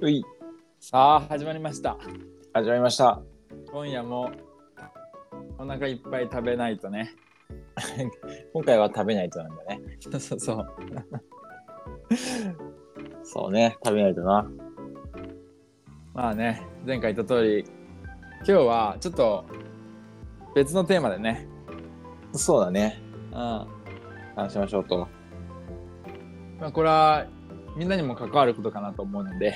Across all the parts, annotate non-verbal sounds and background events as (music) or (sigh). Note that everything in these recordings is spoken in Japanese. ういさあ始まりました始まりました今夜もお腹いっぱい食べないとね (laughs) 今回は食べないとなんだねそうそうそうそうね食べないとなまあね前回言った通り今日はちょっと別のテーマでねそうだねうんま話しましょうとあこれはみんなにも関わることかなと思うので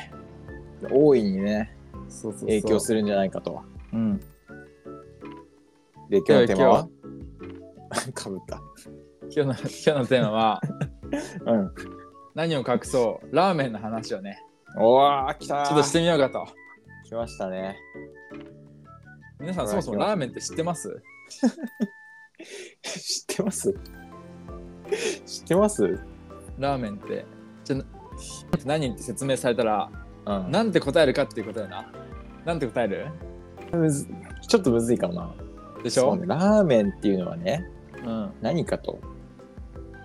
大いにねそうそう影響るするんじゃないかとうんで今日のテーマは (laughs) かぶった今日の今日のテーマはうん何を隠そうラーメンの話をねおわー来たーちょっとしてみようかと来ましたね皆さんはいそもそも行きましょうラーメンって知ってます (laughs) 知ってます (laughs) 知ってますうラーメンってじゃな何って説明されたらんなんて答えるかっていうことやな。なんて答えるむずちょっとむずいかなでしょそうねラーメンっていうのはねうん。何かと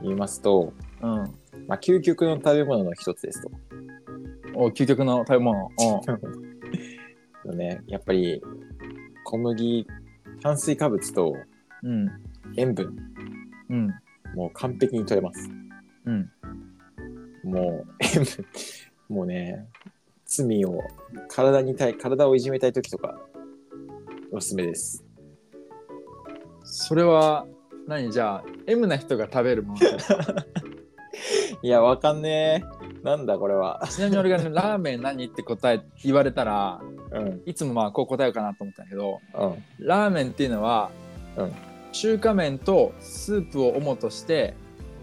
言いますと、うん。まあ、究極の食べ物の一つ (laughs) ですとお究極の食べ物。おね、やっぱり小麦炭水化物とうん。塩分うん。もう完璧に取れますうん。もう塩分もう (laughs) ね罪を体にたい体をいじめたい時とかおすすめですそれは何じゃあ M な人が食べるものちいやわかんねえなんだこれはなみに俺が、ね、ラーメン何って答え言われたらうんいつもまあこう答えようかなと思ったんだけどうんラーメンっていうのは、うん中華麺とスープを主として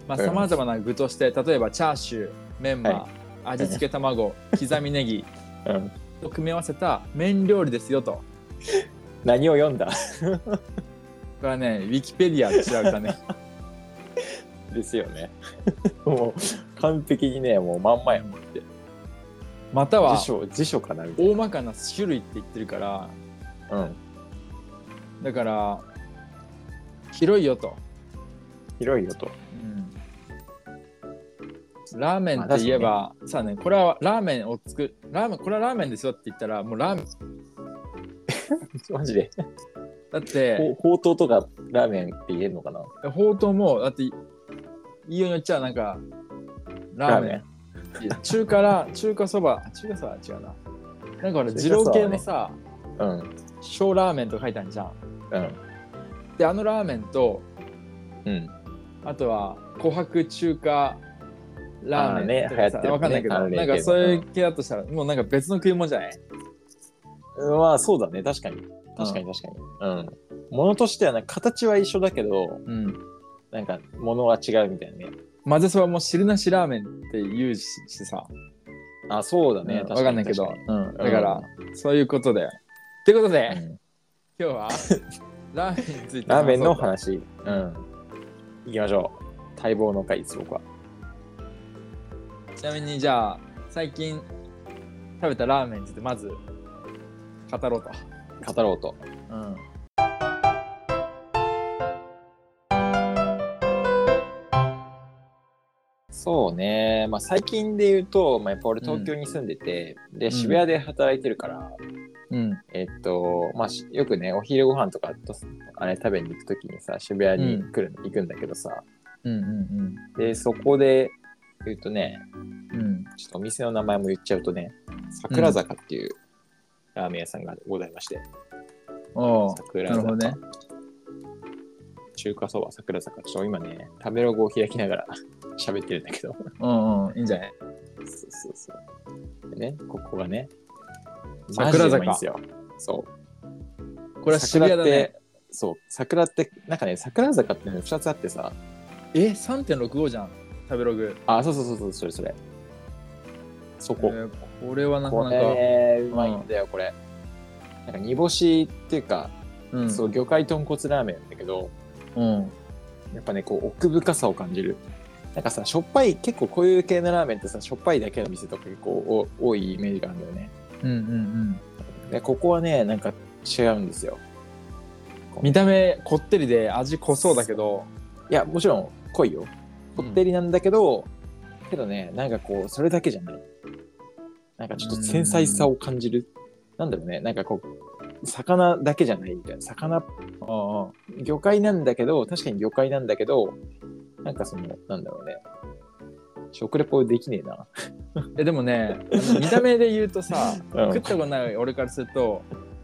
うんさまざ、まな具として例えばチャーシューメンマ、は味付け卵刻みネギ (laughs) うんを組み合わせた麺料理ですよと。何を読んだ (laughs) これはね、ウィキペディアで調べた (laughs) ね。ですよね (laughs) もう完璧にねもうまんまやもんってまたは辞、書辞書かなみたい大まかな種類って言ってるから、なうんだから、広いよと。広いよとラーメンって言えば、さあね、これはラーメンを作る、ラーメン、これはラーメンですよって言ったら、もうラーメン。 (laughs) マジでだって、ほほうとうとかラーメンって言えるのかなほうとうも、だって、言いようによっちゃなんか、ラーメン。いや中華ら、中華そば、中華そばは違うな。なんか俺、二中華そばはね郎系のさ、うん小ラーメンとか書いてあるじゃん。うんで、あのラーメンと、うんあとは琥珀中華ラーメンとかさあーね流行ってるねわかんないけど、関連な系んのかそういう系だとしたら、もうなんか別の食い物じゃないうんまあそうだね確かに確かに確かにうんものとしてはね形は一緒だけどうん。なんかものは違うみたいなね混ぜそばも汁なしラーメンって言うししさ、あそうだねね、わ確かんないけど確に、うん、だから、そういうことだよ。ってことで、うん今 (laughs) 日はラーメンについて話そうとラーメンの話うん行きましょう待望の回です僕はちなみにじゃあ、最近食べたラーメンについてまず語ろうと。語ろうとうん。そうね、まあ、最近で言うと、まあ、やっぱ俺東京に住んでて、うでん渋谷で働いてるから、うん。えっと、まあ、しよくね、お昼ご飯とかと、あれ食べに行くときにさ、渋谷に来る、行くんだけどさ、うんうんで、そこで言うとね、うん。うん。ちょっとお店の名前も言っちゃうとね、桜坂っていうラーメン屋さんがございまして、おう桜なるほど坂、ね。中華そば桜坂、ちょっと今ね、食べログを開きながら (laughs) 喋ってるんだけど、うんうん。いいんじゃないそうそうそう。でね、ここがね、桜坂マジでうまいんですよ。そう。これは渋谷だ桜っねて。。そう、桜って、なんかね、桜坂って2つあってさ、え、3.65じゃん。食べログ。あ、そうそうそうそう、それそれ。そえこ。ーこれはなかこなか、れ、うまいんだよ、これ。なんか煮干しっていうか、うんそう、魚介豚骨ラーメンなんだけど、うんやっぱね、こう、奥深さを感じる。なんかさ、しょっぱい、結構こういう系のラーメンってさ、しょっぱいだけの店とか結構お多いイメージがあるんだよね。うんうんで、ここはね、なんか違うんですよ。うん見た目こってりで味濃そうだけどいや、もちろん濃いよ。こってりなんだけど、けどね、なんかこう、それだけじゃない。なんかちょっと繊細さを感じる。なんだろうね、なんかこう、魚だけじゃないみたいな。魚、ああ魚介なんだけど、確かに魚介なんだけど、なんかその、なんだろうね。食レポできねえな。えでも (laughs) ねあの見た目で言うとさうん食ったことない俺からすると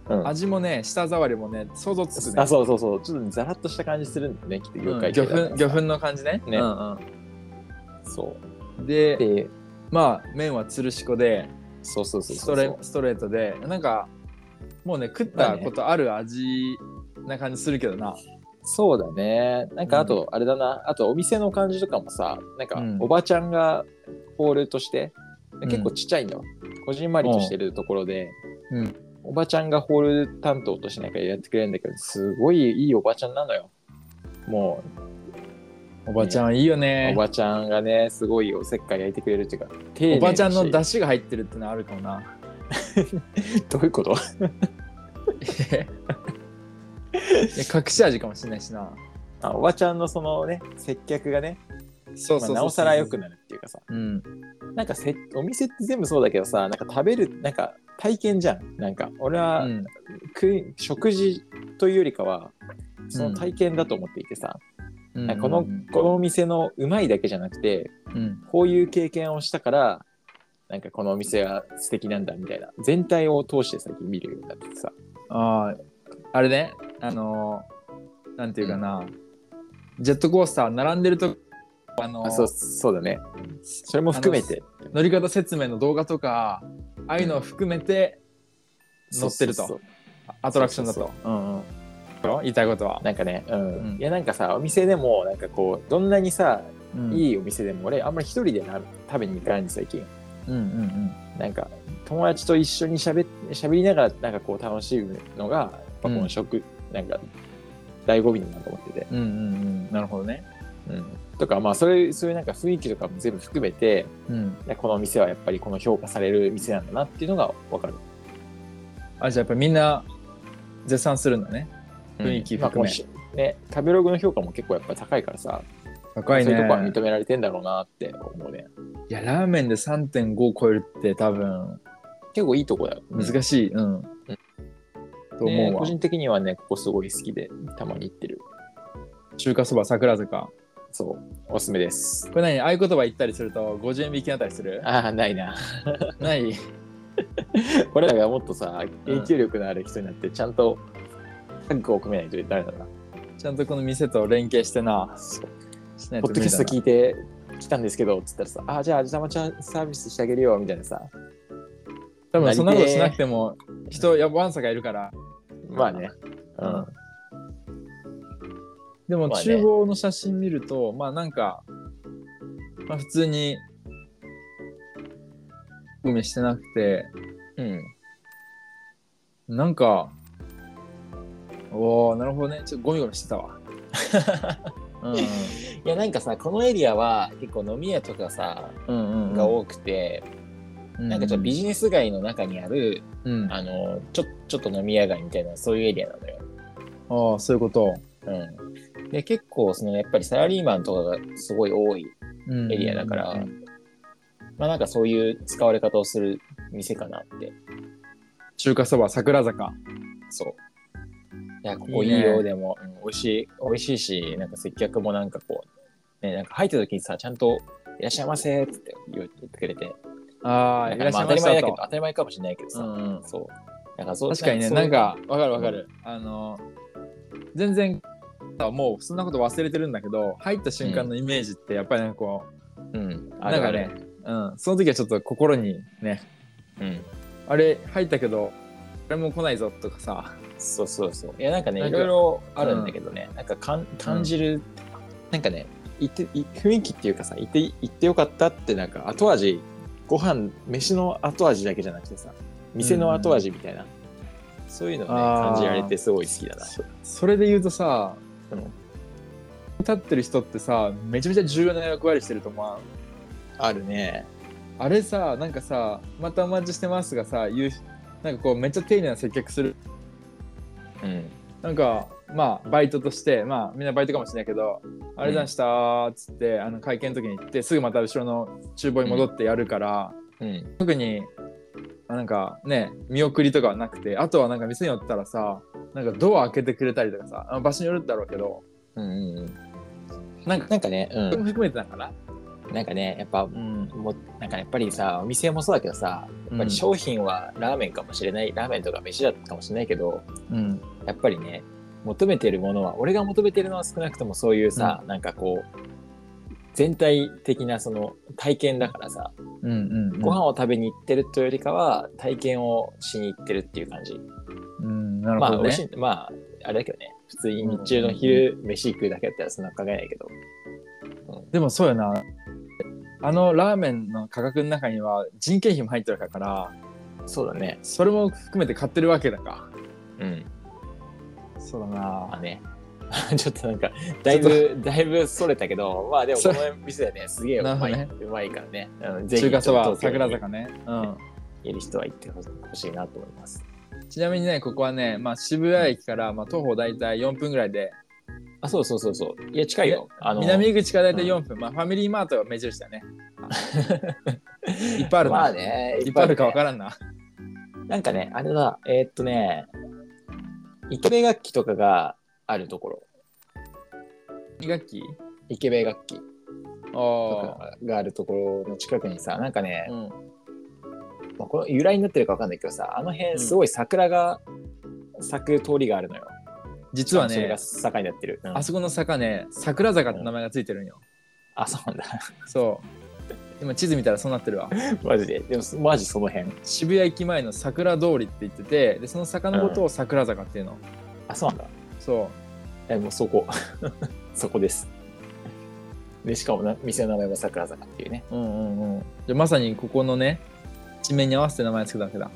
うん、味もね舌触りもね想像つくねあ、そうそうそう。ちょっとザラッとした感じするんだよね、きっとうん魚魚介系だから粉魚粉の感じねねうんうんそでう。で、まあ麺はつるしこでそうそうそうスそトう。レストレートでなんかもうね食ったことある味な感じするけどな、そうだね。なんかあと、あれだな。あとお店の感じとかもさ、なんかうんおばちゃんがホールとして、ん結構ちっちゃいんだよ。こじんまりとしてるところで、うんおばちゃんがホール担当としてなんかやってくれるんだけど、すごいいいおばちゃんなのよ。もおばちゃんいいよう、ねおばちゃんがね、すごいおせっかい焼いてくれるっていうか、丁寧おだしばちゃんの出汁が入ってるってのあるかも (laughs) などういうこと (laughs) いや隠し味かもしれないしなあおばちゃんのそのね接客がね、そうそうまあそうなおさら良くなるっていうかさうんなんかせお店って全部そうだけどさなんか食べるなんか体験じゃんなんか俺は、うん食い食事というよりかはその体験だと思っていてさ、うんなんかこうの、んこのお店のうまいだけじゃなくてうんこういう経験をしたからなんかこのお店は素敵なんだみたいな全体を通して最近見るようになっててさあああれねあのーなんていうかな、ジェットコースター並んでるとあのーあそうそうだねそれも含めて乗り方説明の動画とかああいうのを含めて乗ってるとそうそうそうアトラクションだとうんうん言いたいことは、なんかね、うんうんいやなんかさお店でもなんかこうどんなにさうんいいお店でも俺あんまり一人でな食べに行かないんです最近うんうんなんか友達と一緒にしゃべ喋りながらなんかこう楽しむのがやっぱこの食、なんか醍醐味だなと思ってて、うんうんうんうんなるほどねうん、とかまあそれそういうなんか雰囲気とかも全部含めてうんいやこのお店はやっぱりこの評価される店なんだなっていうのが分かるあじゃあやっぱみんな絶賛するんだね雰囲気まあ含めこのしね食べログの評価も結構やっぱ高いからさ高いそうねいうとこは認められてんだろうなって思うねいやラーメンで3.5超えるって多分結構いいとこだよ難しいうん、とね思うわ個人的にはねここすごい好きでたまに行ってる中華そば桜坂そうおすすめですこれ何合言葉言ったりすると50円引きになったりするああないなない俺らがもっとさ影響力のある人になってちゃんとタッグを組めないとダメだなちゃんとこの店と連携してなそうしないポとッ無理ドキャスだトな聞いて来たんですけどっつったらさあーじゃあ味玉ちゃんサービスしてあげるよみたいなさ多分そんなことしなくても人やわんさがいるからまあねうん、うんでもまあね厨房の写真見るとまあなんか、まあ、普通に海してなくてうん、なんかおおなるほどねちょっとゴミゴミしてた (laughs) わうんいやなんかさこのエリアは結構飲み屋とかさうんうんうんが多くて、なんかちょっとビジネス街の中にある、うんああのちょちょっと飲み屋街みたいなそういうエリアなのよあそういうこと、うん、で結構そのやっぱりサラリーマンとかがすごい多いうんエリアだから、うんまあなんかそういう使われ方をする店かなって中華そば桜坂そういやここいいよいいねでも、うん美味しい美味しいしなんか接客もなんかこうねなんか入った時にさちゃんと「いらっしゃいませ」って言ってくれてああないんからっしまゃあいま当たりし前だたけどと当たり前かもしれないけどさ、うんうんそうなんかそう確かにねそうなんかわかるわかる、あの全然もうそんなこと忘れてるんだけど入った瞬間のイメージってやっぱりなんかこうんう、なあんるかあねる、うん、その時はちょっと心にねうんあれ入ったけど誰も来ないぞとかさそうそうそう。いや、なんかね、なんいかろいろあるんだけどね、なんかかん感じる、なんかね、いてい雰囲気っていうかさ、いて、行ってよかったって、なんか後味、ご飯、飯の後味だけじゃなくてさ、店の後味みたいな、そういうのをね、あー感じられてすごい好きだな。そそれで言うとさ、うん立ってる人ってさめちゃめちゃ重要な役割してると思うあるね。あれさなんかさ「またお待ちしてます」がさ言うなんかこうめっちゃ丁寧な接客するうん。なんかまあバイトとしてまあみんなバイトかもしれないけど「あれだした」っつってあの会見の時に行ってすぐまた後ろの厨房に戻ってやるから、うん。特になんかね、見送りとかはなくて、あとはなんか店に寄ったらさ、なんかドア開けてくれたりとかさ、あ場所によるだろうけど、うんうんうん。なんか、なんかね、それうも含めてなんかな。ん。なんかね、やっぱ、うん。もうなんかやっぱりさ、お店もそうだけどさ、やっぱり商品はラーメンかもしれない、ラーメンとか飯だったかもしれないけど、うん。やっぱりね、求めてるものは、俺が求めてるのは少なくともそういうさ、なんかこう、全体的なその体験だからさ、うん。うん。ご飯を食べに行ってるというよりかは、体験をしに行ってるっていう感じ。うん。なるまほあ、ど美味しね。い、まあ、あれだけどね、普通に日中の昼、飯食うだけだったらそんな考えないけど。でもそうやな。あのラーメンの価格の中には人件費も入ってるから、そうだね。それも含めて買ってるわけだか。うん。そうだまあな。ね。 (laughs) ちょっとなんか、だいぶ、だいぶそれたけど、まあでもこそのれ店はね、すげえうなるほまどい、ねうまいからね。あのぜひ、中華そば、東京に桜坂ね。うん。いる人は行ってほしいなと思います。ちなみにね、ここはね、まあ、渋谷駅から、まあ、徒歩大体4分ぐらいで、あ、そうそうそうそう。いや、近いよ。あの、 (laughs) 南口から大体4分、まあ、ファミリーマートが目印だね。いっぱいあるな。まあね、いっぱいあるかわらからんな。ん。なんかね、あれだ、えーっとね、池辺楽器とかがあるところ、 2学期池辺楽器とあかがあるところの近くにさ、なんかねあ。、うん。まあこの由来になってるかわかんないけどさあの辺すごい桜が咲く通りがあるのよ、実はそれねが、坂になってる、うんあそこの坂ね、桜坂って名前がついてるんよ。あそうなんだ (laughs) そう。今地図見たらそうなってるわ。マジででもマジその辺渋谷駅前の桜通りって言ってて、で、その坂のことを桜坂っていうの。あそうなんだそえもうそこ (laughs) そこですでしかもな店の名前も桜坂っていうねう。うんうんうん。で、まさにここのね、地名に合わせて名前つけたわけだ。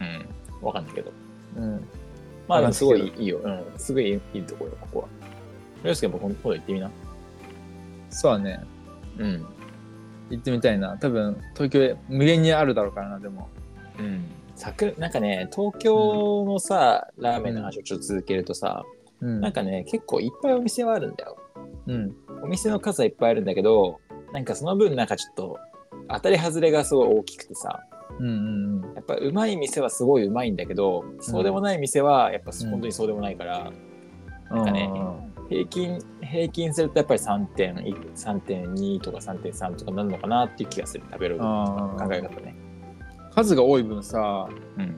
うんわかんないけどうん。まあでもすごわいいいよ、うん、すごいいいところよここは凌介も今度行ってみなそうだね。うん行ってみたいな多分東京へ無限にあるだろうからなでもうん桜なんかね東京のさ、ラーメンの話をちょっと続けるとさ、うんなんかね結構いっぱいお店はあるんだようんお店の数はいっぱいあるんだけどなんかその分なんかちょっと当たり外れがすごい大きくてさうんうんうんやっぱうまい店はすごいうまいんだけどそうでもない店はやっぱ本当にそうでもないから、なんかね平均平均するとやっぱり3点3.2とか3.3とかなるのかなっていう気がする食べログの考え方ね、数が多い分さうん、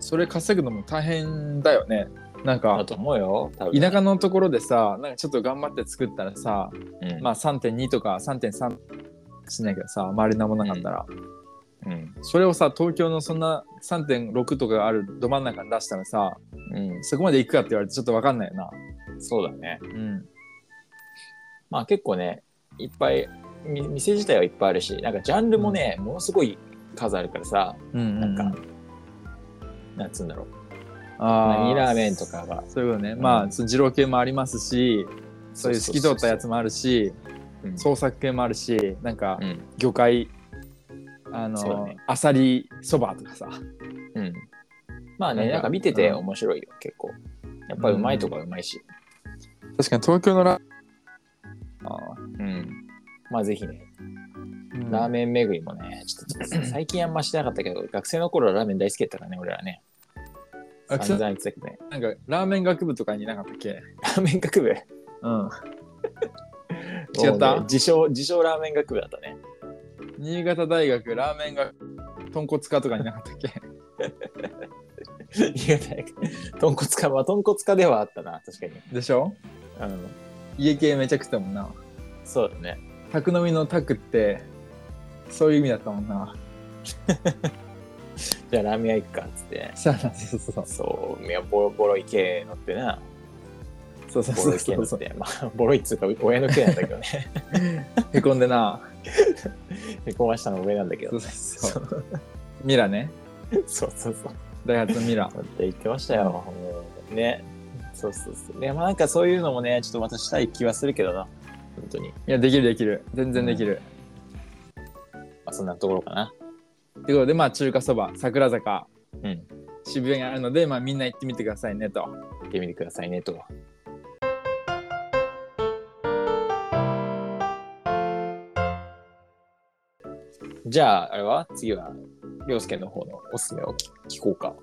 それ稼ぐのも大変だよねなんだかと思うよ多分田舎のところでさなんかちょっと頑張って作ったらさうんまあ3.2とか3.3しないけどさ周り何もなかったら、うんそれをさ東京のそんな3.6とかあるど真ん中に出したらさうんそこまで行くかって言われてちょっと分かんないよなそうだねうんまあ結構ねいっぱいみ店自体はいっぱいあるしなんかジャンルもね、ものすごい数あるからさうんなんか、なんつうんだろうあ何ラーメンとかがそういうことね、んまあその二郎系もありますしそういう透き通ったやつももあるしうん創作系もあるしなんかうん魚介あそうだのねあさりそばとかさうんまあなねんかなんか見ててうん面白いよ結構やっぱりうまいとかうまいし確かに東京のラあうんまあぜひねーラーメン巡りもねちょ (clears throat) っと最近あんましてなかったけど学生の頃はラーメン大好きだったからね俺らね散学生々言ってたけどねなんかラーメン学部とかにいなかったっけラーメン学部違っうん違った自称自称ラーメン学部だったね (laughs) 新潟大学ラーメン学豚骨科とかにいなかったっけいや大学豚骨科は豚骨科ではあったな確かに (laughs) でしょうん家系めちゃくちゃもんなそうだね宅飲みの宅ってそういう意味だったもんなじゃあラーメン屋行くかっつってそうそうそうそう、いやボロボロい系のってな、そうそうボそロうい系そのうっそうて、まあ、ボロいっつうか、親の系なんだけどね、 (laughs) へこんでなへこましたの上なんだけ (laughs) どそうね、そうそうミラねそうそうそう、大発のミラだって言ってましたよ、もうね、そうそうそう、ね、まあなんかそういうのもね、ちょっとまたしたい気はするけどな、本当に、まいやできるできる全然できる、あ、そんなところかな、ってことでまあ中華そば桜坂うん、行渋谷にあるのでまあみんな行ってみてくださいねとってみてくださいねと。じゃあ、あれは次は涼介の方のおすすめを聞こうか。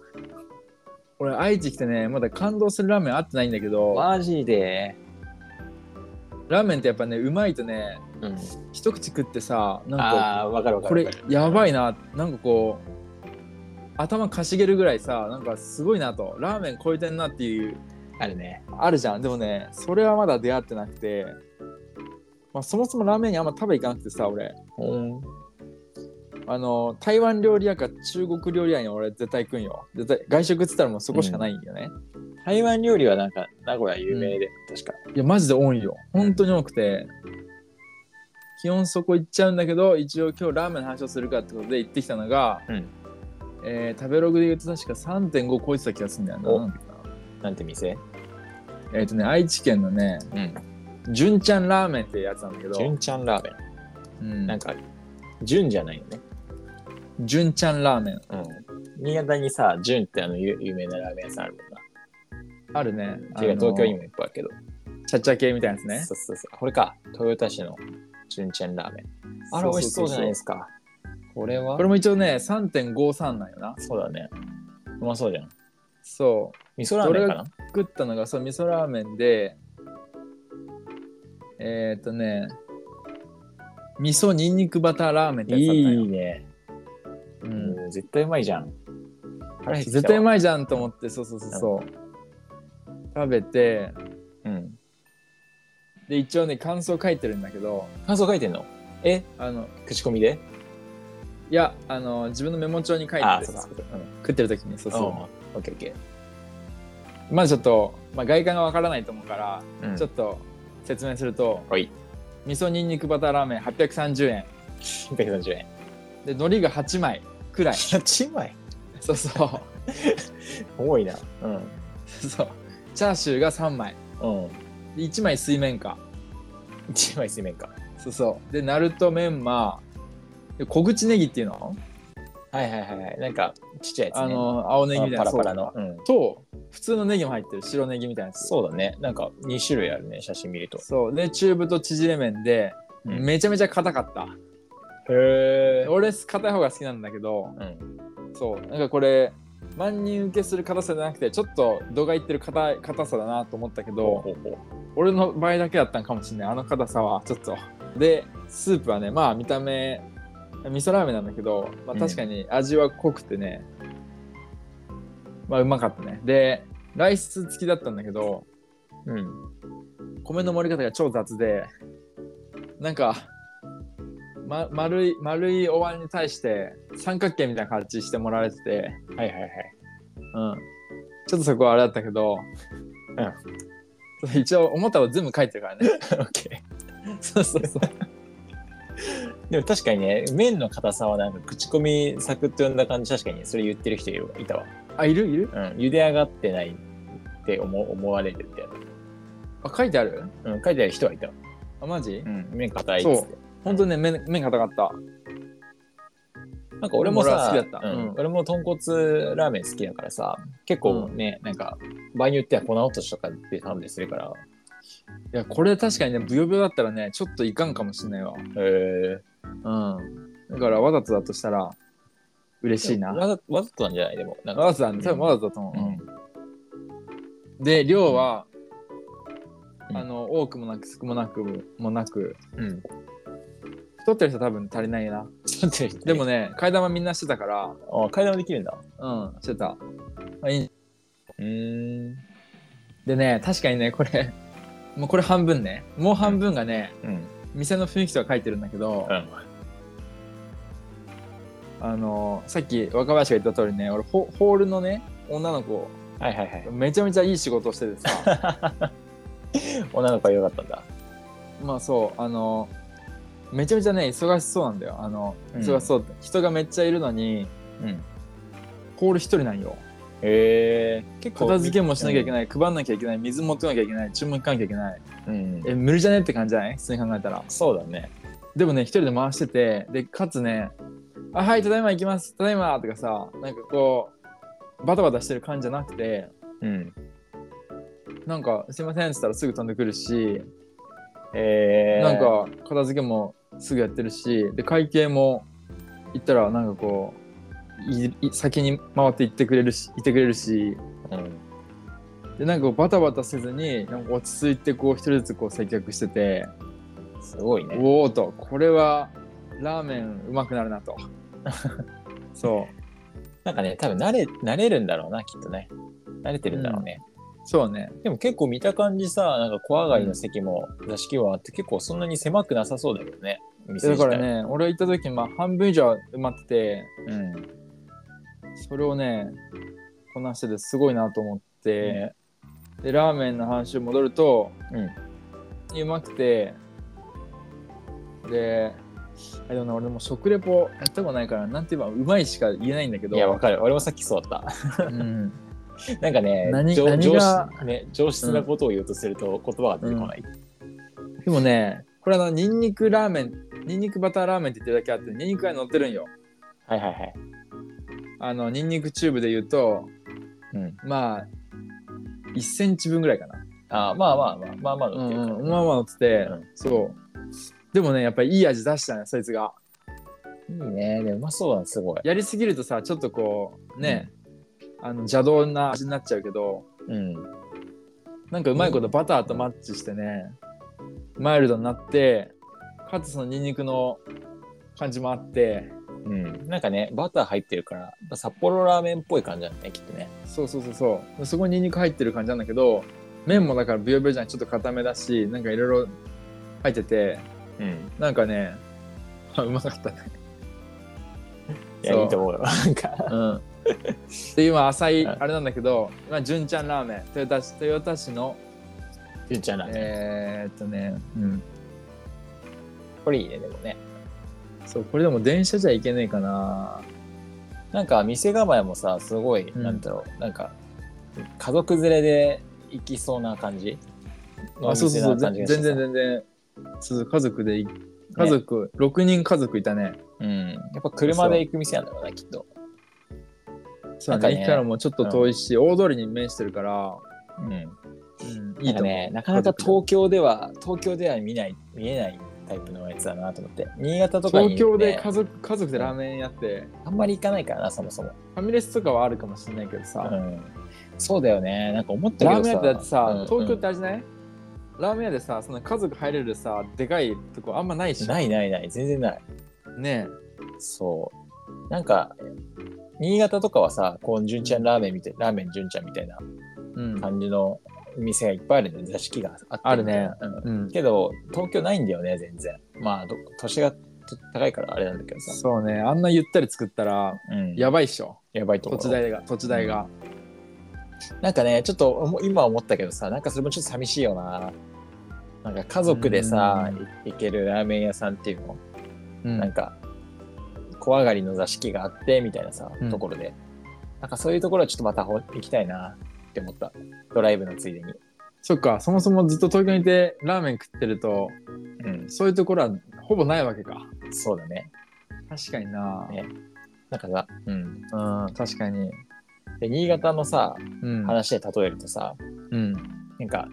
俺、愛知来てね、まだ感動するラーメンあってないんだけど、マジで。ラーメンってやっぱね、うまいとね、うん、一口食ってさ、なんか、ああ、わかるわかこるれわかる。やばい。いな、なんかこう、頭かしげるぐらいさ、なんかすごいなと、ラーメン超えてんなっていう、あるね。あるじゃん。でもね、それはまだ出会ってなくて、まあ、そもそもラーメンにあんま食べ行かなくてさ、俺。うん。あの台湾料理屋か中国料理屋に俺絶対行くんよ絶対外食っつったらもうそこしかないんよね、台湾料理はなんか名古屋有名で、確か。いやマジで多いよ本当に多くて、基本そこ行っちゃうんだけど一応今日ラーメンの話をするかってことで行ってきたのが、うんえー食べログで言うと確か3.5超えてた気がするんだよなおなんだっけななんて店えっ、とね愛知県のねうん。純ちゃんラーメンってやつなんだけど純ちゃんラーメン。うんなんか、純じゃないよね。純ちゃんラーメンうん。新潟にさ、純ってあの有有名なラーメン屋さんあるもんな。あるねていうか東京にももいっぱいあるけど。ちゃっちゃ系みたいなやつねそうそうそう。これか。豊田市の純ちゃんラーメン。あれ美味しそうじゃないですか。これはこれも一応ね3.53なんよなそうだね。うまそうじゃん。そう味噌ラーメンかな作ったのがそう味噌ラーメンでえっ、ー、とね味噌にんにくバターラーメンってやつだったんよいいね。うん、もう絶対うまいじゃん。腹減ってきたわ絶対うまいじゃんと思ってそうそうそうそう食べてうん。で一応ね感想書いてるんだけど感想書いてんのえあの口コミでいやあの自分のメモ帳に書いてあてそうさそうそう。うん食ってる時にそううんそオッケーオッケうまあちょっと、まあ、外観がわからないと思うから、ー。ちょっと。と説明するとはい。味噌にんにくバターラーメン830円330円。 (laughs) で海苔が8枚くらい8枚そうそう多いな。うん。 (laughs) そう。チャーシューが3枚。うん。で1枚水面か。 1枚水面か。そうそう。で、ナルトメンマ。で小口ネギっていうのはいはいはいはい。なんか、ちっちゃいやつね。あの、青ネギみたいなパラパラのそ。うん。うと、普通のネギも入ってる。白ネギみたいなやつ。そうだね。なんか2種類あるね、写真見ると。そう。で、チューブと縮れ麺で、うんめちゃめちゃ硬かった。へー俺、硬い方が好きなんだけど、うん。そう。なんかこれ、万人受けする硬さじゃなくて、ちょっと度がいってる硬い硬さだなと思ったけど、ほうほうほ俺の場合だけだったんかもしれないあの硬さはちょっとでスープはねまあ見た目味噌ラーメンなんだけど、まあ、うん確かに味は濃くてね、まあうまかったねでライス付きだったんだけどううん。米の盛り方が超雑でなんか、ま、丸い丸いお椀に対して三角形みたいな形してもられててはいはいはい。 (laughs) うんちょっとそこはあれだったけど、 (laughs) 一応思ったこと全部書いてるからねオッケー。そうそうそう。でも確かにね、麺の硬さはなんか口コミサクッと読んだ感じ、確かにそれ言ってる人いるいたわ。あいるいるうん、茹で上がってないって思思われるみたいあ書いてあるな。うん、書いてある人はいたわ。あマジ、うん、麺硬いっつっそて。本当にね麺麺硬かったなんか俺もさ、俺も好きだったうんうん俺も豚骨ラーメン好きだからさ、結構ね、なんか場合によっては粉落としとかで頼んでするから、いやこれ確かにねブヨブヨだったらねちょっといかんかもしれないわへえ。うんだからわざとだとしたら嬉しいなわざわざとなんじゃないでも、なんか、わざとだね多分わざとだと思うう、ん、で量は、うんあの多くもなく少もなくもなくうん。太ってる人多分足りないなちょっと言ってでも、ね替え玉みんなしてたからあ、階段もできるんだ。うんしてた、まあいいうん。でね確かにねこれもうこれ半分ねもう半分がね、うん。店の雰囲気とか書いてるんだけど、うんあのさっき若林が言った通りね俺ホホールのね女の子はいはいはい。めちゃめちゃいい仕事をしててさ (laughs) 女の子は良かったんだ。まあそうあのめちゃめちゃね忙しそうなんだよあのうん忙しそうって、人がめっちゃいるのにうん。ホール一人なんよへえ。結片付けもしなきゃいけない。ない、配んなきゃいけない水持ってなきゃいけない注文行かなきゃいけないうん。え無理じゃねって感じじゃない普通に考えたらそうだね。でもね一人で回しててでかつね「あはいただいま行きますただいま」とかさなんかこうバタバタしてる感じじゃなくてうん。なんか「すいません」っつったらすぐ飛んでくるし、へえ。なん、か片付けもすぐやってるしで会計も行ったらなんかこういい先に回って行ってくれるしいてくれるしうん。でなんかこうバタバタせずになんか落ち着いてこう一人ずつこう接客しててすごいね。おおとこれはラーメンうまくなるなと (laughs) そなんかね、多分慣れ、慣れるんだろうな、きっとね。慣れてるんだろうね。うそうねでも結構見た感じさ、なんか小上がりの席も座敷はあって、結構そんなに狭くなさそうだけどね。店だ自か体ら。ね俺行った時まあ半分以上は埋まっててそれをねこなしててすごいなと思って、でラーメンの話に戻ると、うまくてであでもな俺も食レポやったことないからなんて言えばうまいしか言えないんだけうん。どいや、わかる。俺もさっきそうだった。うん (laughs) なんかね、何上何上が質ね上質なことを言うとすると言葉が出てこない。でもねこれあのニンニクラーメンニンニクバターラーメンって言ってるだけあってニンニクが乗ってるんよはいはいはい。あのニンニクチューブで言うとうん。まあ1センチ分ぐらいかなあーまあまあまあ、まあまあうのんっていうかうん、まあまあ乗ってて、うんそうでもねやっぱりいい味出したねそいつがいいね。でもうまそうだな、すごい。やりすぎるとさちょっとこうね、あの邪道な味になっちゃうけどうん。なんかうまいことバターとマッチしてね、マイルドになってかつそのニンニクの感じもあってうん。なんかね、バター入ってるから、札幌ラーメンっぽい感じだね、きっとね。そうそうそうそうそこにニンニク入ってる感じなんだけど麺もだからブヨブヨじゃないちょっと固めだしなんかいろいろ入っててうん。なんかねうまかったねいや、そういいと思うよ。なんか。 (laughs) うん、で今浅いはいあれなんだけど今純ちゃんラーメン豊田市豊田市のゆうちゃんラーメンえー、っとね、うん、これいいね、でもね。そうこれでも電車じゃ行けないかななんか店構えもさ、すごい、うんなんだろう、なんか、家族連れで行きそうな感じ。あそうそうそうお店な感全じがして然さ全然そう家族でい家族、6人家族いたねうん。やっぱ車で行く店なんだろうな、きっと。そうなだんねかね駅からもちょっと遠いし、大通りに面してるから、うん。うん、いいいいと思うね、なかなか家族東京では、東京では見ない、見えないタイプのやつだなと思って。新潟とかに、ね、東京で家族家族でラーメンやって、あんまり行かないからな、そもそも。ファミレスとかはあるかもしれないけどさ、うん。そうだよね。なんか思ったけどラさ。ーメン屋ってだってさ、うん東京ってあれじゃない、ラーメン屋でさその家族入れるさでかいとこあんまないしないないない、全然ない。ねそう。なんか、新潟とかはさ、こう、純ちゃんラーメンみたい、ラーメン純ちゃんみたいなうん、感じの店がいっぱいあるね。座敷があってあるね。うんうん、けど、東京ないんだよね、全然。まあ、ど都市が高いからあれなんだけどさ。そうねあんなゆったり作ったらうん、ややばいっしょばいと土こ地ろ。代が土地代が、なんかね、ちょっと思今思ったけどさ、なんかそれもちょっと寂しいよな。なんか家族でさ、い行けるラーメン屋さんっていうの。うんなんか、小上がりの座敷があって、みたいなさう、んところで。なんかそういうところはちょっとまたほ行きたいなって思った。ドライブのついでに。そっかそもそもずっと東京にいてラーメン食ってるとうん、そういうところはほぼないわけかそうだね。確かにな、ねなんかさ、うん。うん確かにで、新潟のさ、うん、話で例えるとさ、うんなんか、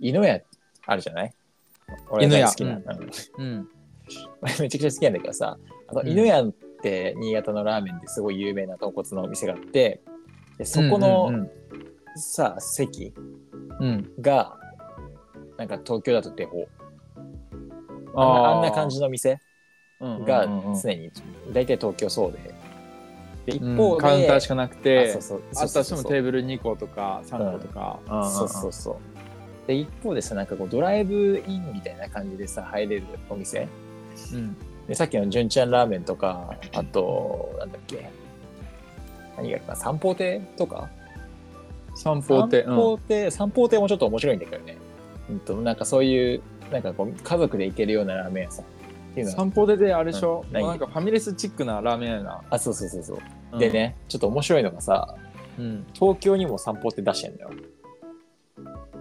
犬屋あるじゃない俺が大好きな。犬うんうん、 (laughs) めちゃくちゃ好きなんだけどさ、あのうん犬屋って新潟のラーメンですごい有名な豚骨のお店があって、でそこのさ、席うん、うんうんが、なんか東京だとデフォ。ああんなあんーな感じの店うんうんうんうんが常に、大体東京そうで。で、一うん方で、カウンターしかなくてあそうそうあったとしてもテーーブル2個とか3個とか。そうそうそう。で、一方でさ、なんかこうドライブインみたいな感じでさ、入れるお店。うん。うんで、さっきの純ちゃんラーメンとか、あと、なんだっけ。何があるかな三宝亭とか三方亭。三宝亭、三宝亭もちょっと面白いんだけどね。うんと、なんかそういう、なんかこう、家族で行けるようなラーメン屋さんっていううんのは、散歩でであれでしょ、うんもうなんかファミレスチックなラーメンやな、あ、そうそうそうそう。うんで、ね、ちょっと面白いのがさ、うん、東京にも散歩って出してんだよ。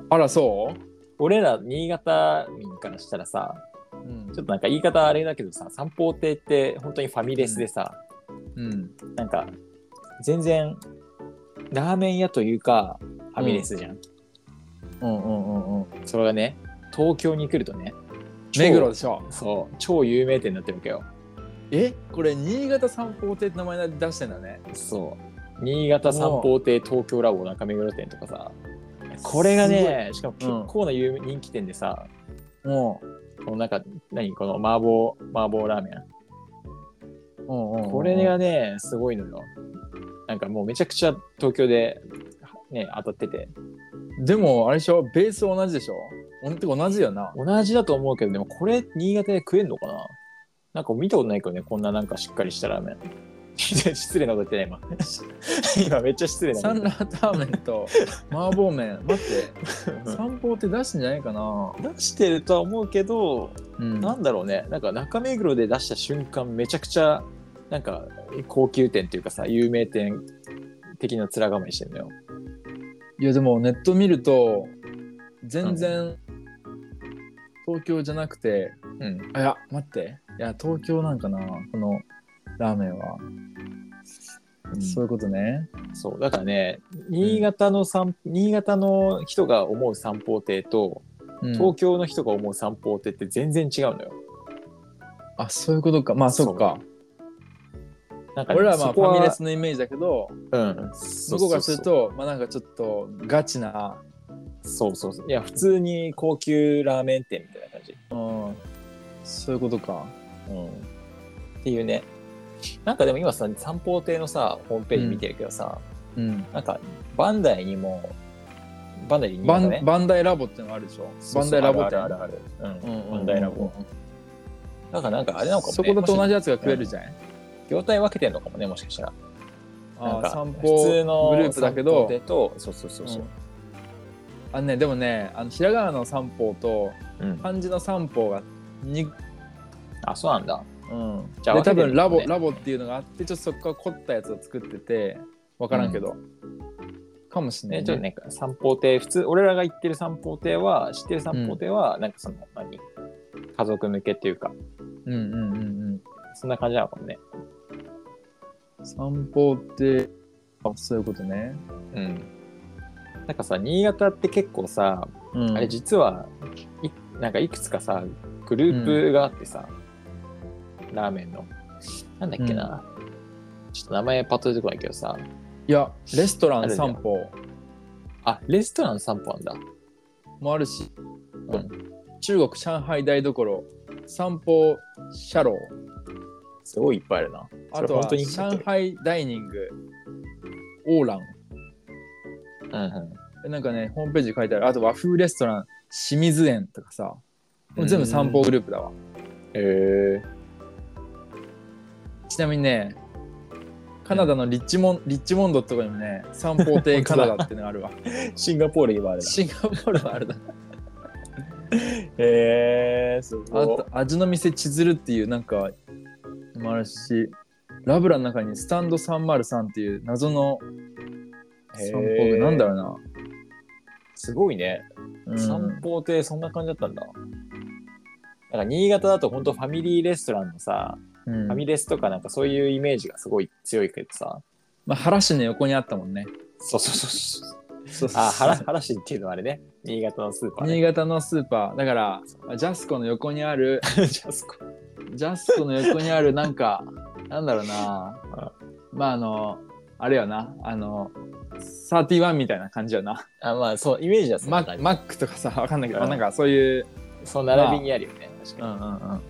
あらそ俺ら新潟民からしたらさ、う、うんちょっとなんか言い方あれだけどさ、散歩亭って本当にファミレスでさ、うん、なんか全然ラーメン屋というかファミレスじゃん。うんうんうんうんそれがね、東京に来るとね、目黒超でしょそう、超有名店になってるわけよ。えこれ新潟三宝亭って名前出してんだねそう新潟三宝亭東京ラボ中目黒店とかさこれがねしかも結構な有名人気店でさ、もこのなんか何この麻婆麻婆ラーメンうんうんうんうんこれがねすごいのよなんかもうめちゃくちゃ東京でね当たっててでもあれでしょベース同じでしょほんと同じよな同じだと思うけどでもこれ新潟で食えんのかななんか見たことないけどねこんななんかしっかりしたラーメン (laughs) 失礼なこと言ってない今 (laughs) 今めっちゃ失礼サなンラータンメン (laughs) と麻婆麺待って (laughs) うん三宝って出してんじゃないかな出してるとは思うけど、うんなんだろうねなんか中目黒で出した瞬間めちゃくちゃなんか高級店っていうかさ有名店的な面構えしてんのよいやでもネット見ると全然東京じゃなくてうんあいや待っていや東京なんかなこのラーメンは、そういうことねそうだからね新潟の散新潟の人が思う三宝亭と東東京の人が思う三宝亭って全然違うのよあそういうことかまあそうそっかなんかね、俺らはまあそフこはァミレスのイメージだけどうん、向こうからするとまあなんかちょっとガチな、そうそうそういや普通に高級ラーメン店みたいな感じ、うん、そういうことかうん、っていうねなんかでも今さ三宝亭のさホームページ見てるけどさ、うんなんかバンダイにもバンダイにバンねバンダイラボってのがあるでしょそうバンそうダイラボってあるあるある、うんバンダイラボあなんかなんかあれなのかもねそこだと同じじやつが食えるじゃん業態分けてんのかもねもしかしたらあなんかー散普通歩のグループだけ三ど宝亭とそうそうそうそう、あのねでもねあのひらがなの三方とうん漢字の三方がに、あそうなんだうん、じゃあで多分け分てるんだラねボラボっていうのがあってちょっとそこから凝ったやつを作ってて分からんけど、かもしんなね、い、ちょっとね、三宝亭、普通、俺らが行ってる三宝亭は、知ってる三宝亭は、なんかその、何家族向けっていうか、うんうんうんそんな感じなのかもね。うん三方ってあそういうことね、うん。なんかさ、新潟って結構さ、うん、あれ実は、いなんかいくつかさ、グループがあってさ、ラーメンの。なんだっけな。ちょっと名前パッと出てこないけどさ、いやレストラあンるじゃん三方あ、レストラン三宝なんだ。もあるし、う中国上海台所三方シャローすごいいっぱいあるな。あとはそれ本上当に海ダイニングオーランうんうん。なんかね、ホームページに書いてある。あと和風レストラン、清水園とかさ。これ全部散歩グループだわ。へえちなみにね、カナダのリッチモン、リッチモンドってとこにもね、散歩亭カナダっていうのがある (laughs) わ。シンガポール今あれだ。シンガポールはあれだ。へえー、すあと、味の店千鶴っていうなんか、もあるし、ラブラの中にスタンド303っていう謎の散歩へ具ーなんだろうな。すごいね。うん散歩ってそんな感じだったんだ。なんか新潟だと本当ファミリーレストランのさ、うんファミレスとかなんかそういうイメージがすごい強いけどさ。まあ、原市の横にあったもんね。そうそうそうそう。そうそうそうあ、原原市っていうのはあれね。新潟のスーパー、新ね。潟のスーパーだからジャスコの横にあ (laughs) るジャスコ。ジャスコの横にあるなんかなんだろうなまああのあれよなあの31みたいな感じよなあ、まあそう、イメージはそんマな感ッじ。マックとかさわかんないけど、うんなんかそういう、その並びにあるよね。確か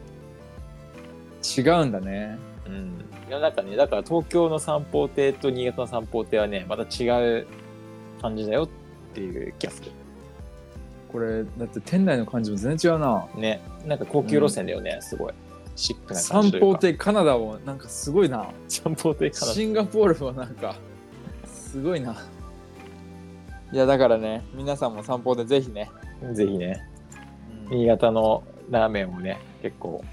違うんだねに。うん。いや、なんかね、だから東京の散歩亭と新潟の散歩亭はね、また違う感じだよっていう気がする。これだって店内の感じも全然違うなね。なんか高級路線だよね、すごい。シックな感三じという方か。亭カナダもなんかすごいな散歩亭かな。シンガポールはなんかすごいないやだからね皆さんも散歩でぜひね、ぜひね、新潟のラーメンをね、結構。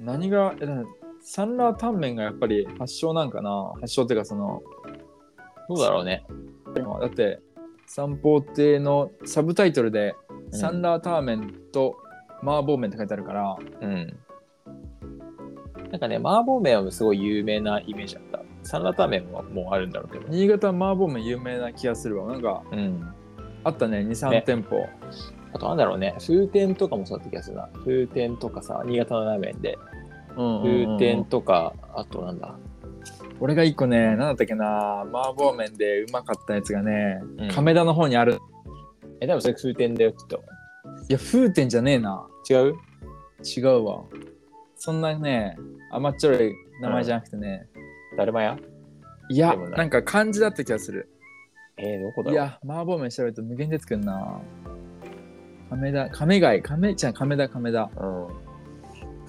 何がえだからサンラータンメンがやっぱり発祥なんかな発祥っていうかそのどうだろうね。だって三宝亭のサブタイトルで、んサンラーターメンと麻婆麺って書いてあるからうん。なんかね、麻婆麺はすごい有名なイメージだった。サンラタンメンはもうあるんだろうけど。新潟麻婆麺有名な気がするわなんかうん。あったね23ね店舗、あとなんだろうね、風天とかもそうだった気がするな。風天とかさ、新潟のラーメンで、うんうんうん風天とか、あとなんだ。俺が一個ね、なんだったっけな、麻婆麺でうまかったやつがね、うん亀田の方にある。え、でもそれ風天だよ、きっと。いや、風天じゃねえな。違う違うわ。そんなね、甘っちょろい名前じゃなくてね、だるま屋いや、でもないなんか漢字だった気がする。えー、どこだいろうや、麻婆麺調べると無限出てくるな。亀田、亀貝、亀ちゃん、亀田、亀田。うん。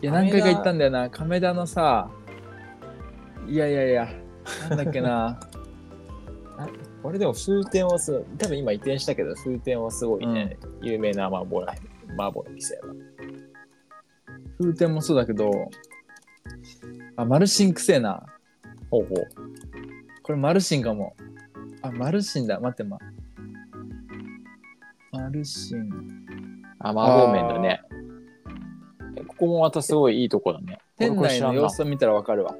いや、何亀田回か行ったんだよな、亀田のさ、いやいやいや、なんだっけ (laughs) な。俺でも風天はすごい、多分今移転したけど、風天はすごいね、有名な麻婆らへん、麻婆の店やな。風天もそうだけど、あ、マルシンくせえな。ほうほう。これマルシンかも。あ、マルシンだ。待ってま。マルシン。あ、麻婆麺だね。えここもまたすごいいいとこだね。店俺これ内知らのん様子を見たらわかるわ。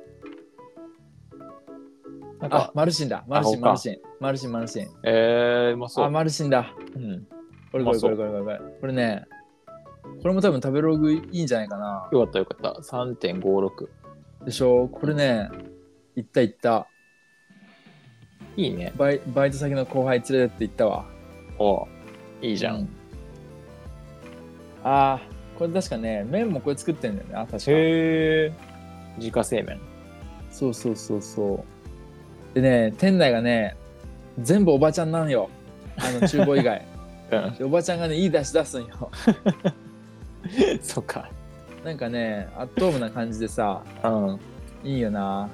ななんあか、、マルシンだ。マルシン、ほかマルシン。マルシン、マルシン。えー、うまそあ、う。マルシンだ。うん。これこれこれこれこれこれ。これね、これも多分食べログいいんじゃないかな。よかったよかった。3.56。でしょこれね、行った行った。いいね。バイバイト先の後輩連れてって行ったわ。おいいじゃ。うんんあー、これ確かね、麺もこれ作ってんだよね。あ、確かへえ。自家製麺。そうそうそうそう。でね、店内がね、全部おばちゃんなんよ。あの、厨房以 (laughs) 外。うん。 (laughs) でおばちゃんがね、いい出し出すんよ。そっか。なんかね、アットホームな感じでさ、うん。いいよな。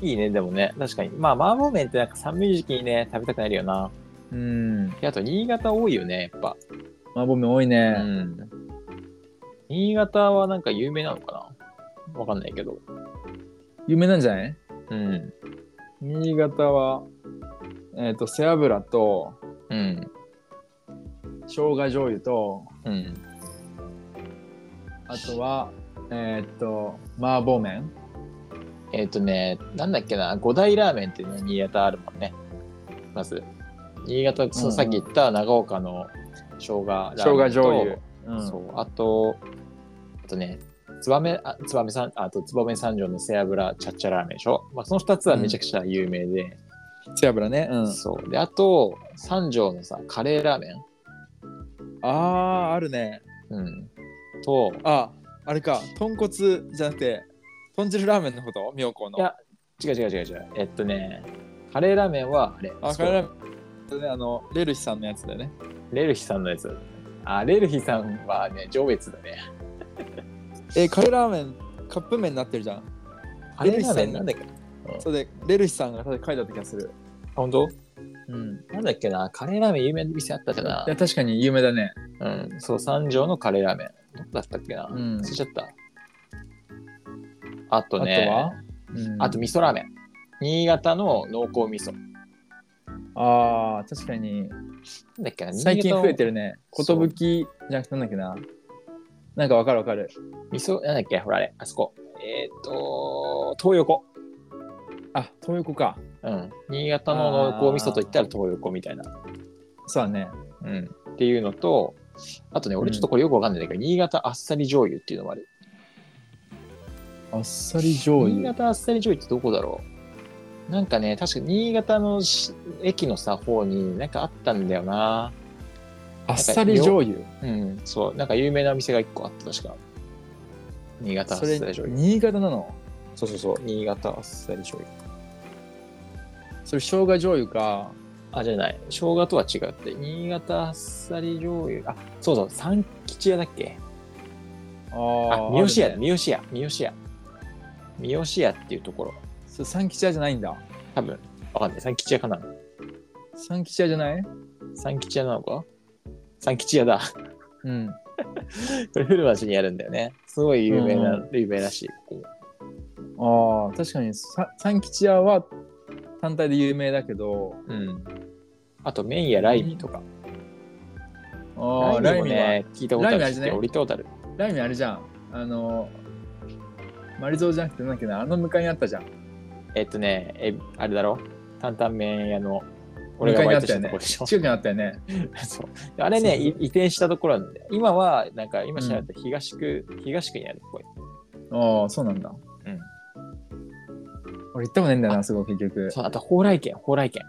いいね、でもね。確かに。まあ、麻婆麺ってなんか寒い時期にね、食べたくなるよな。うん。であと、新潟多いよね、やっぱ。麻婆麺多いうね。ん。新潟はなんか有名なのかなわかんないけど。有名なんじゃないうん。新潟は、えっ、と、背脂と、うん。生姜醤油と、うん。あとは、えっ、と、麻婆麺。えっ、とね、なんだっけな、五大ラーメンってね、新潟あるもんね。まず、新潟、そううんさっき言った長岡の生姜ラーメンと生姜醤油。うんそう。あと、あとね、つばめ、あつばめさん、あと、つばめ三条の背脂チャッチャラーメンでしょ。まあ、その二つはめちゃくちゃ有名で。背脂ね。うん。そう。で、あと、三条のさ、カレーラーメン。あー、あるね。うん。と、あ、あれか、豚骨じゃなくて、豚汁ラーメンのこと妙高の。いや違う違う違う違う。えっとね、カレーラーメンは、あれ、あ、そカうレーラーメン、ね、あの、レルヒさんのやつだよね。レルヒさんのやつ。あ、レルヒさんはね、上越だね。えカレーラーメン、カップ麺になってるじゃん。カレレルーヒラさんーメンなんだっけあ、それで、レルヒさんが書いてあった気がする。本当うん。なんだっけな、カレーラーメン有名な店あったかないや、。確かに有名だね。うん、そう、三条のカレーラーメン。どこだったっけな。うん忘れちゃった。あとあとね、は、あと味噌ラーメン。新潟の濃厚味噌。あー、確かに、なんだっけな、最近増えてる。るね。寿そうじゃなくてなんだっけな。なんかわかるわかる。味噌、なんだっけ、ほらあれ、あそこ。えっ、と、東横。あ、東横か。うん。新潟の濃厚味噌といったら東横みたいな。そうだね。うん、っていうのと、あとね、俺ちょっとこれよくわかんないんだけど、新潟あっさり醤油っていうのもある。あっさり醤新潟あっさり醤油ってどこだろうなんかね、確か新潟のし駅のさ、方になんかあったんだよな。あっさり醤油。うん、そう。なんか有名なお店が一個あった、確か。新潟あっそさりれ、醤油。新潟なのそうそうそう。新潟あっさり醤油。それ生姜醤油か。あ、じゃない。生姜とは違って、新潟あっさり醤油。あ、そうそう。三吉屋だっけああ、ー三好屋だ。ね。三好屋。三好屋。三好屋っていうところ。それ三吉屋じゃないんだ。多分。わかんない。三吉屋かな三吉屋じゃない三吉屋なのか三吉屋だ。 (laughs) うん。これ古町にあるんだよね。すごい有名な、う有名らしい。ここああ、確かにさ三吉屋は単体で有名だけど、うん。あと、麺やライミとか。ああ、ライもミね、聞いたことあライミあれるし、じゃない俺行ったことある。は、ライミあれじゃん。あの、マリゾーじゃなくてなんだっけな、あの向かいにあったじゃん。えっとね、え、あれだろ担々麺屋の俺が向かバいイになトっしたてよね近たとこでしょ。くになったよね (laughs) そうあれね、い移転したところなんで、今は、なんか、今調べたら東区、東区にあるっぽい。ああそうなんだうん俺行ったことねえんだよなすごい結局そう、あと、蓬莱軒、蓬莱軒。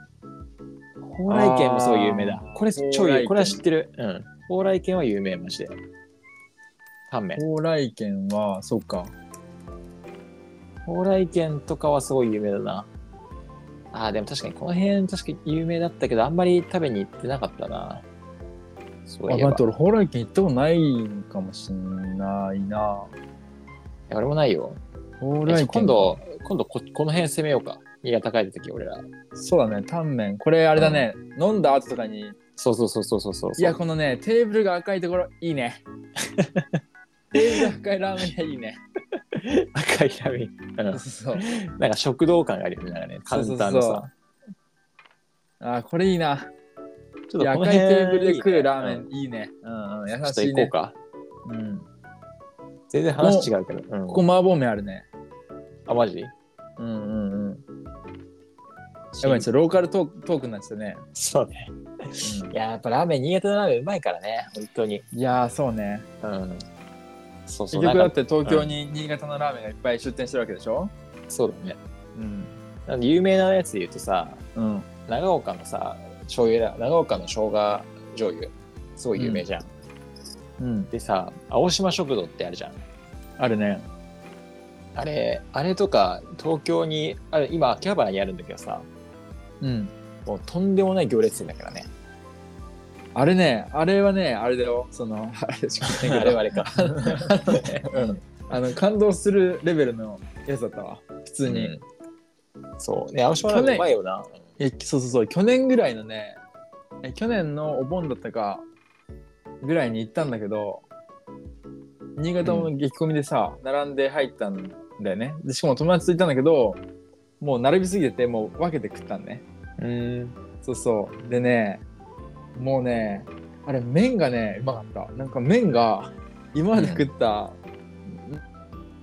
蓬莱軒もそう有名だあ。ーこれ、ち蓬ょ莱い、軒これは知ってる。うん。蓬莱軒は有名、マジで。タンメン。蓬莱軒はそうか蓬莱軒とかはすごい有名だな。ああ、でも確かにこの辺確かに有名だったけど、あんまり食べに行ってなかったな。そうあいえば待って。俺蓬莱軒行ったことないかもしんないないや俺もないよ。蓬え莱軒今度、今度こ、この辺攻めようか。新潟帰るとき、俺ら。そうだねタンメンこれあれだね、飲んだ後とかにそうそうそうそうそうそう。いやこのねテーブルが赤いところいい (laughs) ねテーブルが赤いラーメン屋いいね赤いラーメンそうそううん (laughs) なんか食堂感があるよね。なんかね、カウンターのそうそうさ。あーこれいいなちょいっやとこの赤い辺テーブルで食うラーメうんンいいねうんうん優ちょっとしい行こうねか。うん全然話違うけど。うんここ麻婆麺あるねあ、マジうんうんうんやばいちょっとローカルトークトークになっちゃったね、そうね。いや、やっぱラーメン、新潟のラーメンうまいからね。本当に。いやーそうねうん。そう結そう。な局んだかって東京に新潟のラーメンがいっぱい出店してるわけでしょそうだね。うんなんで有名なやつで言うとさ、うん長岡のさ、醤油だ。長岡の生姜醤油。すごい有名じゃん。うんでさ、青島食堂ってあるじゃん。あるねあれ、あれとか、東京に、あれ今、秋葉原にあるんだけどさ、うんもうとんでもない行列だからね。あれね、あれはね、あれだよ、その、 (laughs) あれしか言ってないけどあれか。うんあの、感動するレベルのやつだったわ、普通に。いそう。ね、青島ラーメンうまいよな。や、そうそうそう、去年ぐらいのね、え去年のお盆だったか、ぐらいに行ったんだけど、新潟の激込みでさ、並んで入ったんだよね。でしかも友達と行ったんだけど、もう並びすぎてて、もう分けて食ったんね。うん。そうそう。でね、もうね、あれ麺がね、うまかった。なんか麺が今まで食った、ん、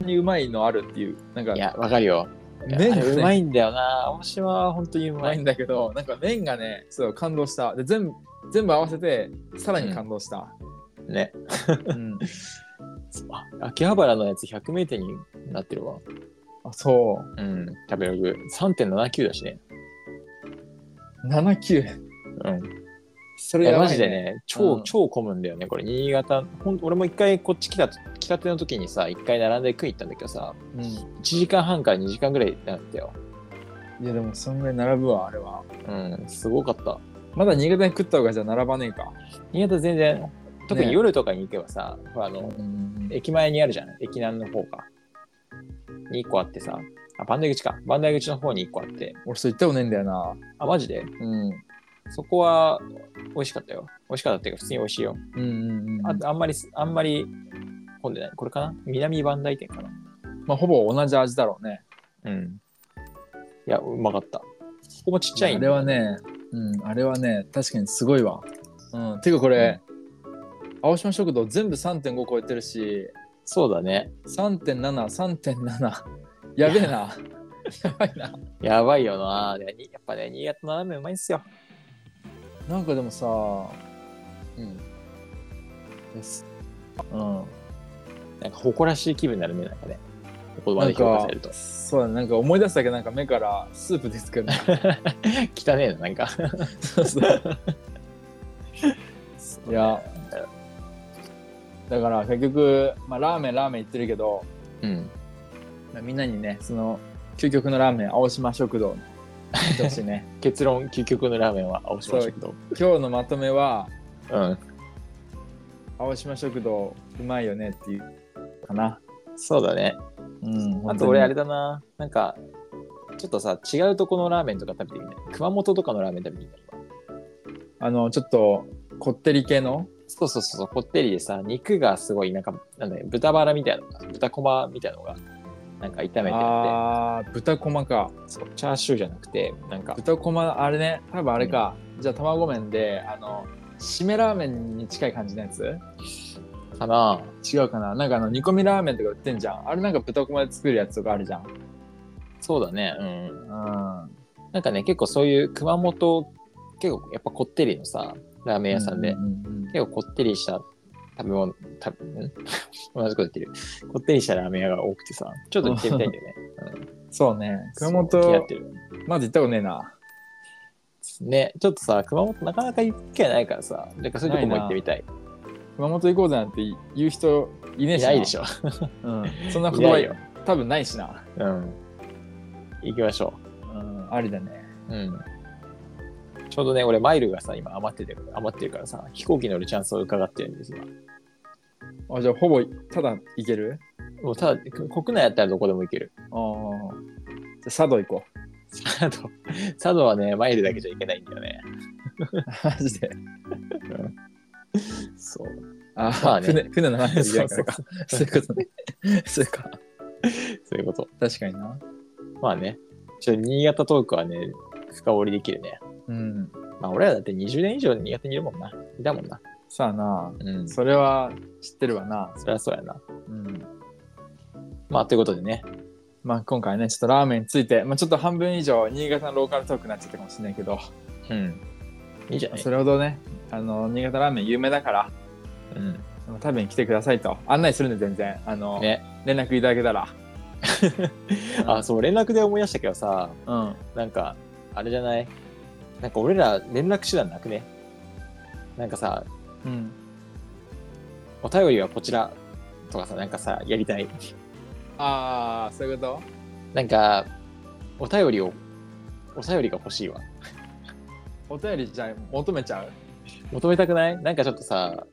にうまいのあるっていう、なんかいや、わかるよ。麺あが、れね、うまういんだよな。青島は本当にうままいい。んだけど、なんか麺がね、そう感動した。で、全部、全部合わせて、さらに感動した。ね。 (laughs) うん。そうあ秋葉原のやつ100名店になってるわ。あ、そうん。食べログ。3.79だしね。う。79。うん。そいれや、やばい、マね。ジでね、超、うん超混むんだよね、これ。新潟、ほん俺も一回こっち来た、来たての時にさ、一回並んで食い行ったんだけどさ、1時間半から2時間ぐらいなんだよ。うん。いや、でも、そんぐらい並ぶわ、あれは。うん、すごかった。まだ新潟に食った方がじゃあ並ばねえか。新潟全然、特にね夜とかに行けばさ、ほらあの、うん。駅前にあるじゃん。駅南の方か。に1個あってさ、あ、バンダイ口か。バンダイ口の方に1個あって。俺、そう言ったことねえんだよな。あ、マジでうん。そこは美味しかったよ。美味しかったっていうか、普通に美味しいよ。うんうんうん。ああんまり、あんまり混んでない。これかな南バンダイ店かな。まあ、ほぼ同じ味だろうね。うん。いや、うまかった。ここもちっちゃいんあだれよはね、うん、あれはね、確かにすごいわ。うん、ていうかこれ、青島食堂全部3.5超えてるし、そうだね。 3.7、3.7。や (laughs) べえな。やばいな。やばいよな。でにやっぱね、新潟のラーメンうまいんすよ。なんかでもさ、うん。ですうん、なんか誇らしい気分になるね、なんかね。ここまなでん評価かされると。 (laughs) そうだね、なんか思い出すだけなんか目からスープです (laughs) けど、ね、汚ねえな、なんか。そうそういや、だから結局、まあ、ラーメンラーメン言ってるけど、うん。まあみんなにねその究極のラーメン青島食堂行ってほしい (laughs) ね結論、究極のラーメンは青島食堂。今日のまとめはうん。青島食堂うまいよねっていうかなそうだね。うんあと俺あれだな。なんか、ちょっとさ、違うとこのラーメンとか食べてみたい。熊本とかのラーメン食べてみたい。あのちょっとこってり系のそうそうそうそう、こってりでさ、肉がすごい、なんか、なんだよ、豚バラみたいなのが、豚こまみたいなのが、なんか炒めてあっあー豚こまかて、そうチャーシューじゃなくて、なんか、豚こまあれね多分あれか、じゃあ卵麺であの締めラーメンに近い感じのやつかな違うかななんかあの煮込みラーメンとか売ってんじゃんあれなんか豚こまで作るやつとかあるじゃんそうだね、うん。うんなんかね、結構そういう熊本結構やっぱこってりのさラーメン屋さんで、結構こってりした食べ物食べん (laughs) 同じこと言ってるこってりしたラーメン屋が多くてさちょっと行ってみたいんだよね、うん、そうね熊そう気合っ本てるまず行ったことねえなねちょっとさ熊本なかなか行く機会ないからさなんかそういうとこも行ってみたい熊本行こうぜなんて言う人いねえいしないでしょ、ょ、 (laughs) うん、そんなう言いない葉よ多分ないしな、うん、行きましょうん、ありだねう、うん、ちょうどね俺マイルがさ今余ってて余ってるからさ飛行機乗るチャンスを伺ってるんですよあじゃあほぼただ行けるもうただ国内やったらどこでも行けるああじゃあ佐渡行こ佐渡佐渡はねマイルだけじゃいけないんだよねう (laughs) マジでそうあまあ、あね船船の話そうだそかうらかそういうことね (laughs) そうかそういうこと確かになまあねちょっと新潟トークはね深掘りできるねうんまあ俺らだって20年以上新潟にいるもんないたもんなさあなうんそそれは知ってるわなりゃそうやなうんまあということでねまあ今回ねちょっとラーメンについて、まあ、ちょっと半分以上新潟のローカルトークになっちゃったかもしれないけどうんいいじゃないそれほどねあの新潟ラーメン有名だからうんあの食べに来てくださいと案内するんで全然あの、ね連絡いただけたらあそう連絡で思い出したけどさうんなんかあれじゃないなんか俺ら連絡手段なくねなんかさうんお便りはこちらとかさなんかさやりたいああそういうこなんか、お便りを、お便りが欲しいわ。とお便りじゃあ求めちゃう求めたくないなんかちょっとさ、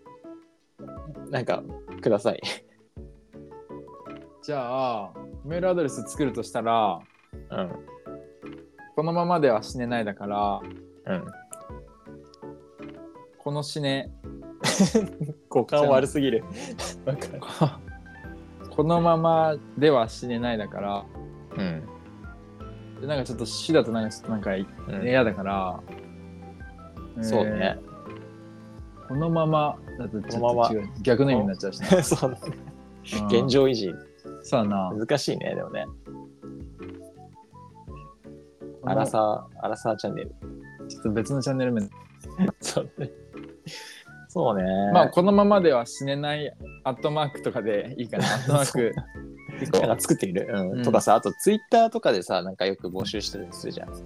なんか、ください。じゃあメールアドレス作るとしたらうん。このままでは死ねないだからうん。この死ね五感悪すぎ (laughs) る。ここのままでは死ねないだからうん。でなんかちょっと死だとなんかちょっとなんかうん嫌だから、そうえね。ーこのままだとちょこのまっと違う逆の意味になっちゃ (laughs) うしな (laughs) そうだね。うん現状維持、そうやな難しいね、でもね。アラサー、アラサーチャンネル。ちょっと別のチャンネル名そうね。そうね。まあこのままでは死ねないアットマークとかでいいか (laughs) なアットマークなんか作ってみる、うんうんとかさ、あとツイッターとかでさ、なんかよく募集してたりするじゃん。なん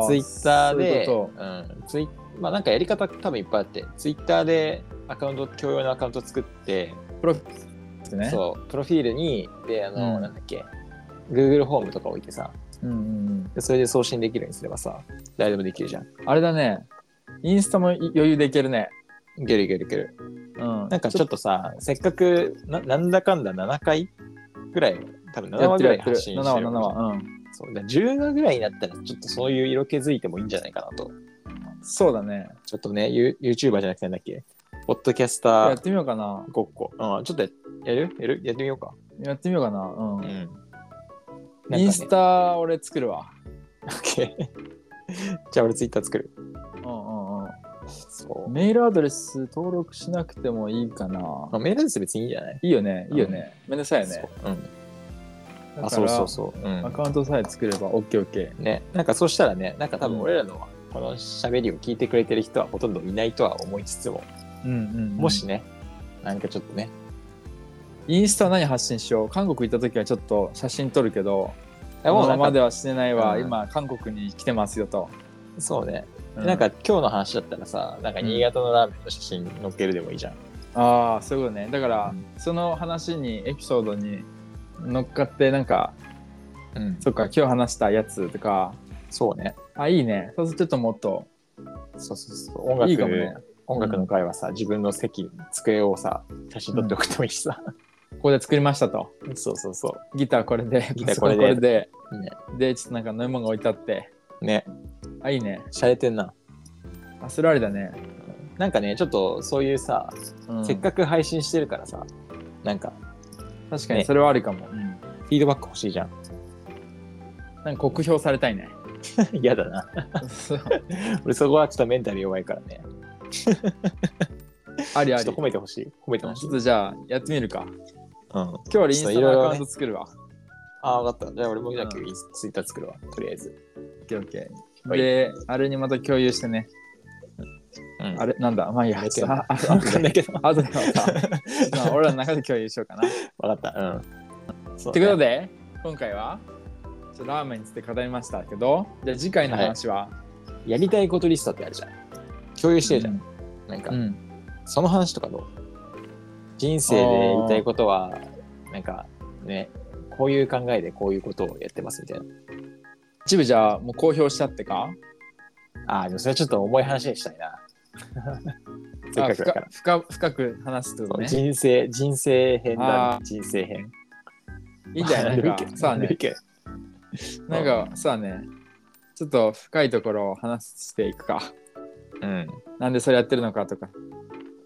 かツイッターで、そういうこうん、ツイまあなんかやり方多分いっぱいあって、ツイッターでアカウント、共用のアカウント作って、とプロフィールですねそう、プロフィールに、で、あの、うんなんだっけ、Google ホームとか置いてさ、うんうんでそれで送信できるようにすればさ、誰でもできるじゃん。うん、あれだねインスタも余裕でいけるねいけるいけるいける。うんなんかちょっとさ、せっかくな、なんだかんだ7回ぐらい、多分7話ぐらいやってる発信してる。 7話7話うんそうだから10話ぐらいになったら、ちょっとそういう色気づいてもいいんじゃないかなと。そうだねちょっとね、ユー YouTuber じゃなくてなんだっけ、ポッドキャスターや、ってみようかなごっこ。うん、ちょっとややるやるやってみようか。やってみようかなうんうん。なんかねインス。タ俺作るわ OK (laughs) じゃあ俺ツイッター作る。うんうんうそんメールアドレス登録しなくてもいいかなう。メールアドレス別にいいんじゃないいいよねいいよね、めんどくさいよねそううん。だあ、かそうらそうそう。うアん。カウントさえ作れば OKOK ね、なんかそうしたらね、なんか多分俺らのこの喋りを聞いてくれてる人はほとんどいないとは思いつつも、うんうんうんもしね、なんかちょっとね、インスタ何発信しよう韓国行った時はちょっと写真撮るけどいやもうもうな今んまかでは死ねないわ、うん今韓国に来てますよと、そうね、うなんか今日の話だったらさ、なんか新潟のラーメンの写真載っけるでもいいじゃん。ああそういうことねだから、うんその話にエピソードに乗っかってなんかうんそっか今日話したやつとかそうね。あいいねそうするとちょっともっとそうそうそう。音楽いいかもね音楽の会はさ、自分の席、机をさ、写真撮っておくてもいいしさ。ここで作りましたとそうそうそギターこれで (laughs) ギパターソこコれンでこれでう。ね。でちょっとなんか飲み物が置いてあってね。あいいね洒落てんな。あそれありだね、なんかね、ちょっとそういうさ、うん、せっかく配信してるからさ、なんか、確かにねそれはありかも、うんフィードバック欲しいじゃん。なんか酷評されたいね (laughs) (laughs) 嫌だな。そう俺そこはちょっとメンタル弱いからね。ありちょあっりと褒めてほしい。褒めてあほしちいょっ。とじゃあやってみるかうん。今日はインスタのアカウンちょっと色々トね作るわ。ああ、わかった。じゃあ俺もじゃあ今日インスツイッター作るわ。とりあえず。オッケーオッケー。はいで、あれにまた共有してね。うんあれ、なんだ、まあいいや、やめてちょよっとああわかんないけど。あとでまたまあ俺らの中で共有しようかな。わかった。うん。そうということねで、今回は、ちょっとラーメンについて語りましたけど、じゃあ次回の話は、やりたいことリストってあるじゃん。共有してるじゃん。なんか、うんうんその話とかどう人生でやりたいことは、なんかね、こういう考えでこういうことをやってますみたいな。一部じゃあもう公表しちゃってかああ、でもそれちょっと重い話にした (laughs) いな。せっかくだかあ。ら深く深く話すってことね。人生、人生編だ、あね、人生編。いいんじ (laughs) ゃないなん (laughs) ルかーケさあルねー、ケなんかさあね、ちょっと深いところを話していくか。うん。なんでそれやってるのかとか。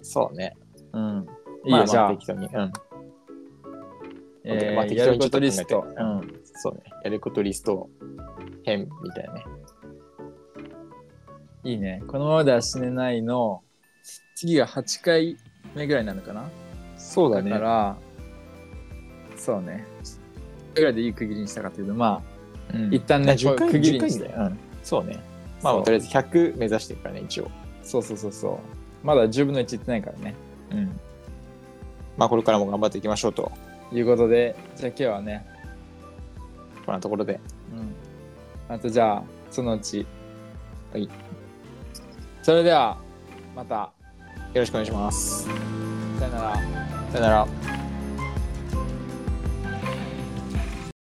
そうね。うん。いいまよ、あまじゃあ、適当に。うん。えーまあ適や当るにちょこっとと考えリてスト。うん。そうね。やることリスト編みたいなね。いいね。このままでは死ねないの、次が8回目ぐらいなのかなそうだから、そうね。ぐらいでいい区切りにしたかというと、まうんあ、一旦まあね、こ10う回区切りにし10回て。だようんそうね。まあそまうあ、とりあえず100目指してるからね、一応。そうそうそうそう。まだ10分の1いってないからね。うん。まあ、これからも頑張っていきましょうと、いうことで、じゃあ今日はね、こんなところで。うん。あとじゃあ、そのうち。はい。それでは、また、よろしくお願いします。さよなら。さよなら。